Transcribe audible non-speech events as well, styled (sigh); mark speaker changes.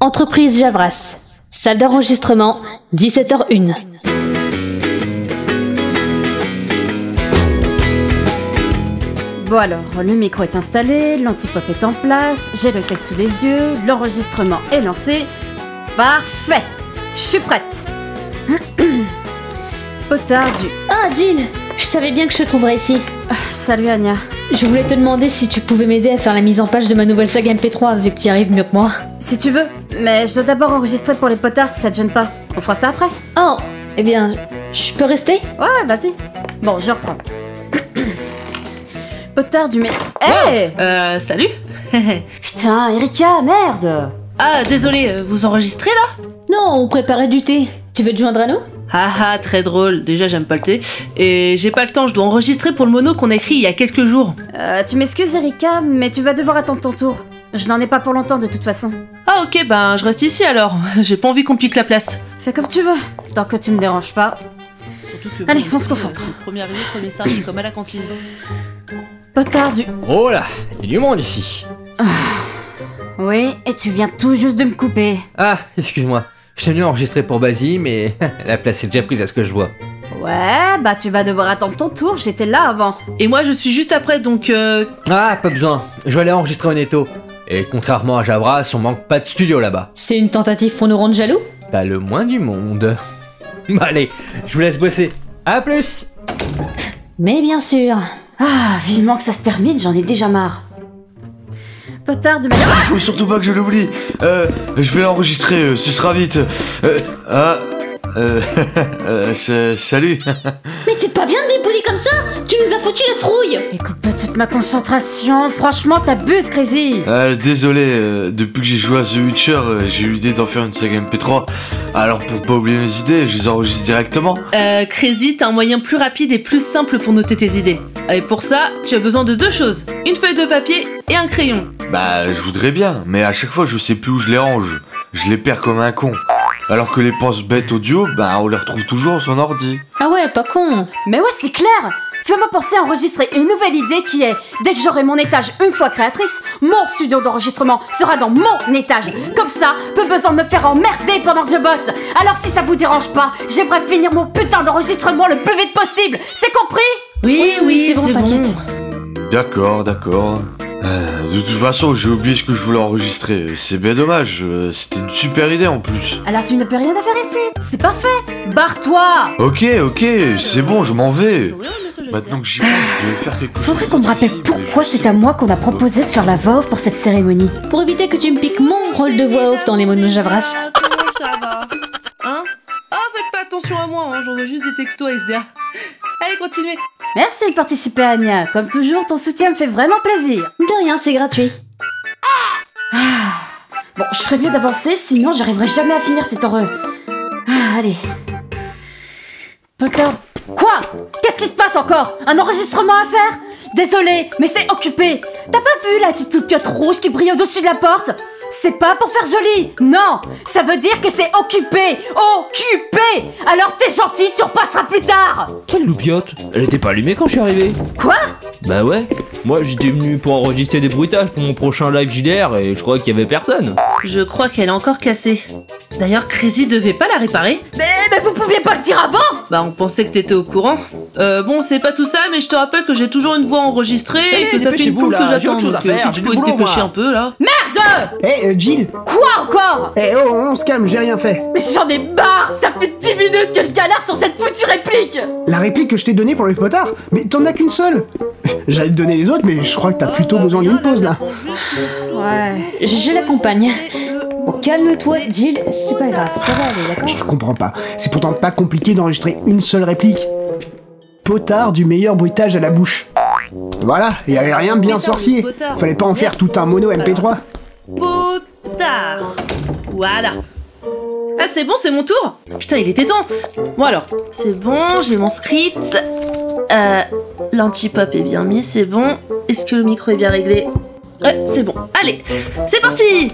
Speaker 1: Entreprise Javras. Salle d'enregistrement, 17h01.
Speaker 2: Bon alors, le micro est installé, l'antipop est en place, j'ai le texte sous les yeux, l'enregistrement est lancé. Parfait Je suis prête (clears throat) Potard du...
Speaker 1: Ah, Jill Je savais bien que je te trouverais ici.
Speaker 2: Ah, Salut Anya.
Speaker 1: Je voulais te demander si tu pouvais m'aider à faire la mise en page de ma nouvelle saga MP3 vu que tu y arrives mieux que moi.
Speaker 2: Si tu veux, mais je dois d'abord enregistrer pour les potards si ça te gêne pas. On fera ça après.
Speaker 1: Oh, eh bien, je peux rester
Speaker 2: Ouais, ouais, vas-y. Bon, je reprends. (clears throat) Potard du... mais... Hey
Speaker 3: Euh, salut
Speaker 2: Putain, Erika, merde
Speaker 3: Ah, désolé, euh, vous enregistrez là
Speaker 1: Non, on préparait du thé. Tu veux te joindre à nous
Speaker 3: Ah ah, très drôle, déjà j'aime pas le thé. Et j'ai pas le temps, je dois enregistrer pour le mono qu'on a écrit il y a quelques jours.
Speaker 2: Euh, tu m'excuses Erika, mais tu vas devoir attendre ton tour. Je n'en ai pas pour longtemps de toute façon.
Speaker 3: Ah ok, ben je reste ici alors, (laughs) j'ai pas envie qu'on pique la place.
Speaker 2: Fais comme tu veux, tant que tu me déranges pas.
Speaker 3: Surtout que
Speaker 2: Allez, on se concentre.
Speaker 3: Premier arrivé, premier servi, comme à la cantine.
Speaker 2: Potard du...
Speaker 4: Oh là, il y a du monde ici.
Speaker 2: Oui, et tu viens tout juste de me couper.
Speaker 4: Ah, excuse-moi. Je t'ai venu enregistrer pour Basie, mais (laughs) la place est déjà prise à ce que je vois.
Speaker 2: Ouais, bah tu vas devoir attendre ton tour, j'étais là avant.
Speaker 3: Et moi je suis juste après, donc euh...
Speaker 4: Ah, pas besoin. Je vais aller enregistrer au netto. Et contrairement à Javras, on manque pas de studio là-bas.
Speaker 1: C'est une tentative pour nous rendre jaloux
Speaker 4: Pas le moins du monde. Bah allez, je vous laisse bosser. À plus
Speaker 1: Mais bien sûr.
Speaker 2: Ah, vivement que ça se termine, j'en ai déjà marre. Potard du... mais-
Speaker 5: Faut surtout pas que je l'oublie. Euh, je vais l'enregistrer, euh, ce sera vite. Euh, ah, euh, (laughs) euh, c'est- salut.
Speaker 1: Mais t'es pas bien de dépoli comme ça Tu nous as foutu la trouille
Speaker 2: Et coupe pas toute ma concentration, franchement t'abuses Crazy
Speaker 5: Euh, désolé, euh, depuis que j'ai joué à The Witcher, euh, j'ai eu l'idée d'en faire une saga MP3. Alors pour pas oublier mes idées, je les enregistre directement.
Speaker 3: Euh, Crazy, t'as un moyen plus rapide et plus simple pour noter tes idées. Et pour ça, tu as besoin de deux choses, une feuille de papier et un crayon.
Speaker 5: Bah, je voudrais bien, mais à chaque fois, je sais plus où je les range. Je les perds comme un con. Alors que les penses bêtes audio, bah, on les retrouve toujours sur son ordi.
Speaker 1: Ah ouais, pas con.
Speaker 2: Mais ouais, c'est clair Fais-moi penser à enregistrer une nouvelle idée qui est, dès que j'aurai mon étage une fois créatrice, mon studio d'enregistrement sera dans mon étage. Comme ça, peu besoin de me faire emmerder pendant que je bosse. Alors si ça vous dérange pas, j'aimerais finir mon putain d'enregistrement le plus vite possible. C'est compris
Speaker 3: Oui,
Speaker 1: oui, c'est bon, t'inquiète.
Speaker 5: D'accord, d'accord. Euh, de toute façon, j'ai oublié ce que je voulais enregistrer. C'est bien dommage, euh, c'était une super idée en plus.
Speaker 2: Alors tu ne peux rien à faire ici. C'est parfait. Barre-toi.
Speaker 5: Ok, ok, c'est bon, je m'en vais. Maintenant que j'y pense, je vais faire quelque chose.
Speaker 2: Faudrait qu'on me rappelle
Speaker 5: d'ici, mais
Speaker 2: pourquoi
Speaker 5: je
Speaker 2: c'est
Speaker 5: sais
Speaker 2: à moi qu'on a
Speaker 5: pas.
Speaker 2: proposé de faire la voix off pour cette cérémonie.
Speaker 1: Pour éviter que tu me piques mon rôle de voix off dans les mots de Javras.
Speaker 3: Comment ça va Hein Ah, faites pas attention à moi, hein, j'envoie juste des textos à SDA. Allez, continuez.
Speaker 2: Merci de participer Anya. Comme toujours, ton soutien me fait vraiment plaisir.
Speaker 1: De rien, c'est gratuit.
Speaker 2: Bon, je ferais mieux d'avancer, sinon j'arriverai jamais à finir cet heureux. Ah, allez. Putain. Quoi Qu'est-ce qui se passe encore Un enregistrement à faire Désolé, mais c'est occupé. T'as pas vu la petite loupiote rouge qui brille au-dessus de la porte C'est pas pour faire joli. Non, ça veut dire que c'est occupé. Occupé. Alors t'es gentil, tu repasseras plus tard.
Speaker 6: Quelle loupiote Elle était pas allumée quand je suis arrivé
Speaker 2: Quoi
Speaker 6: Bah ouais Moi j'étais venu pour enregistrer des bruitages pour mon prochain live JDR et je crois qu'il y avait personne
Speaker 3: Je crois qu'elle est encore cassée. D'ailleurs, Crazy devait pas la réparer.
Speaker 2: Eh ben vous pouviez pas le dire avant.
Speaker 3: Bah, on pensait que t'étais au courant. Euh, bon, c'est pas tout ça, mais je te rappelle que j'ai toujours une voix enregistrée et
Speaker 6: Allez,
Speaker 3: que ça fait une
Speaker 6: dépêchez-vous,
Speaker 3: poule
Speaker 6: là,
Speaker 3: que
Speaker 6: j'ai
Speaker 3: j'attends.
Speaker 6: autre chose à
Speaker 3: Donc, euh,
Speaker 6: faire,
Speaker 3: si
Speaker 6: j'ai
Speaker 3: tu
Speaker 6: du
Speaker 3: peux te
Speaker 6: boulot,
Speaker 3: dépêcher
Speaker 6: moi.
Speaker 3: un peu là.
Speaker 2: Merde
Speaker 7: Eh, euh, Jill
Speaker 2: Quoi encore
Speaker 7: Eh oh, on se calme, j'ai rien fait.
Speaker 2: Mais j'en ai marre Ça fait 10 minutes que je galère sur cette foutue réplique
Speaker 7: La réplique que je t'ai donnée pour les potards, mais t'en as qu'une seule. J'allais te donner les autres, mais je crois que t'as plutôt besoin d'une pause là.
Speaker 2: Ouais.
Speaker 1: Je l'accompagne. Bon, calme-toi, Jill, c'est pas grave, ça va aller, d'accord
Speaker 7: Je comprends pas. C'est pourtant pas compliqué d'enregistrer une seule réplique. Potard du meilleur bruitage à la bouche. Voilà, y avait rien de bien sorcier. Fallait pas en faire tout un mono MP3.
Speaker 3: Potard. Voilà. Ah, c'est bon, c'est mon tour Putain, il était temps Bon alors, c'est bon, j'ai mon script. Euh, l'anti-pop est bien mis, c'est bon. Est-ce que le micro est bien réglé Ouais, c'est bon. Allez, c'est parti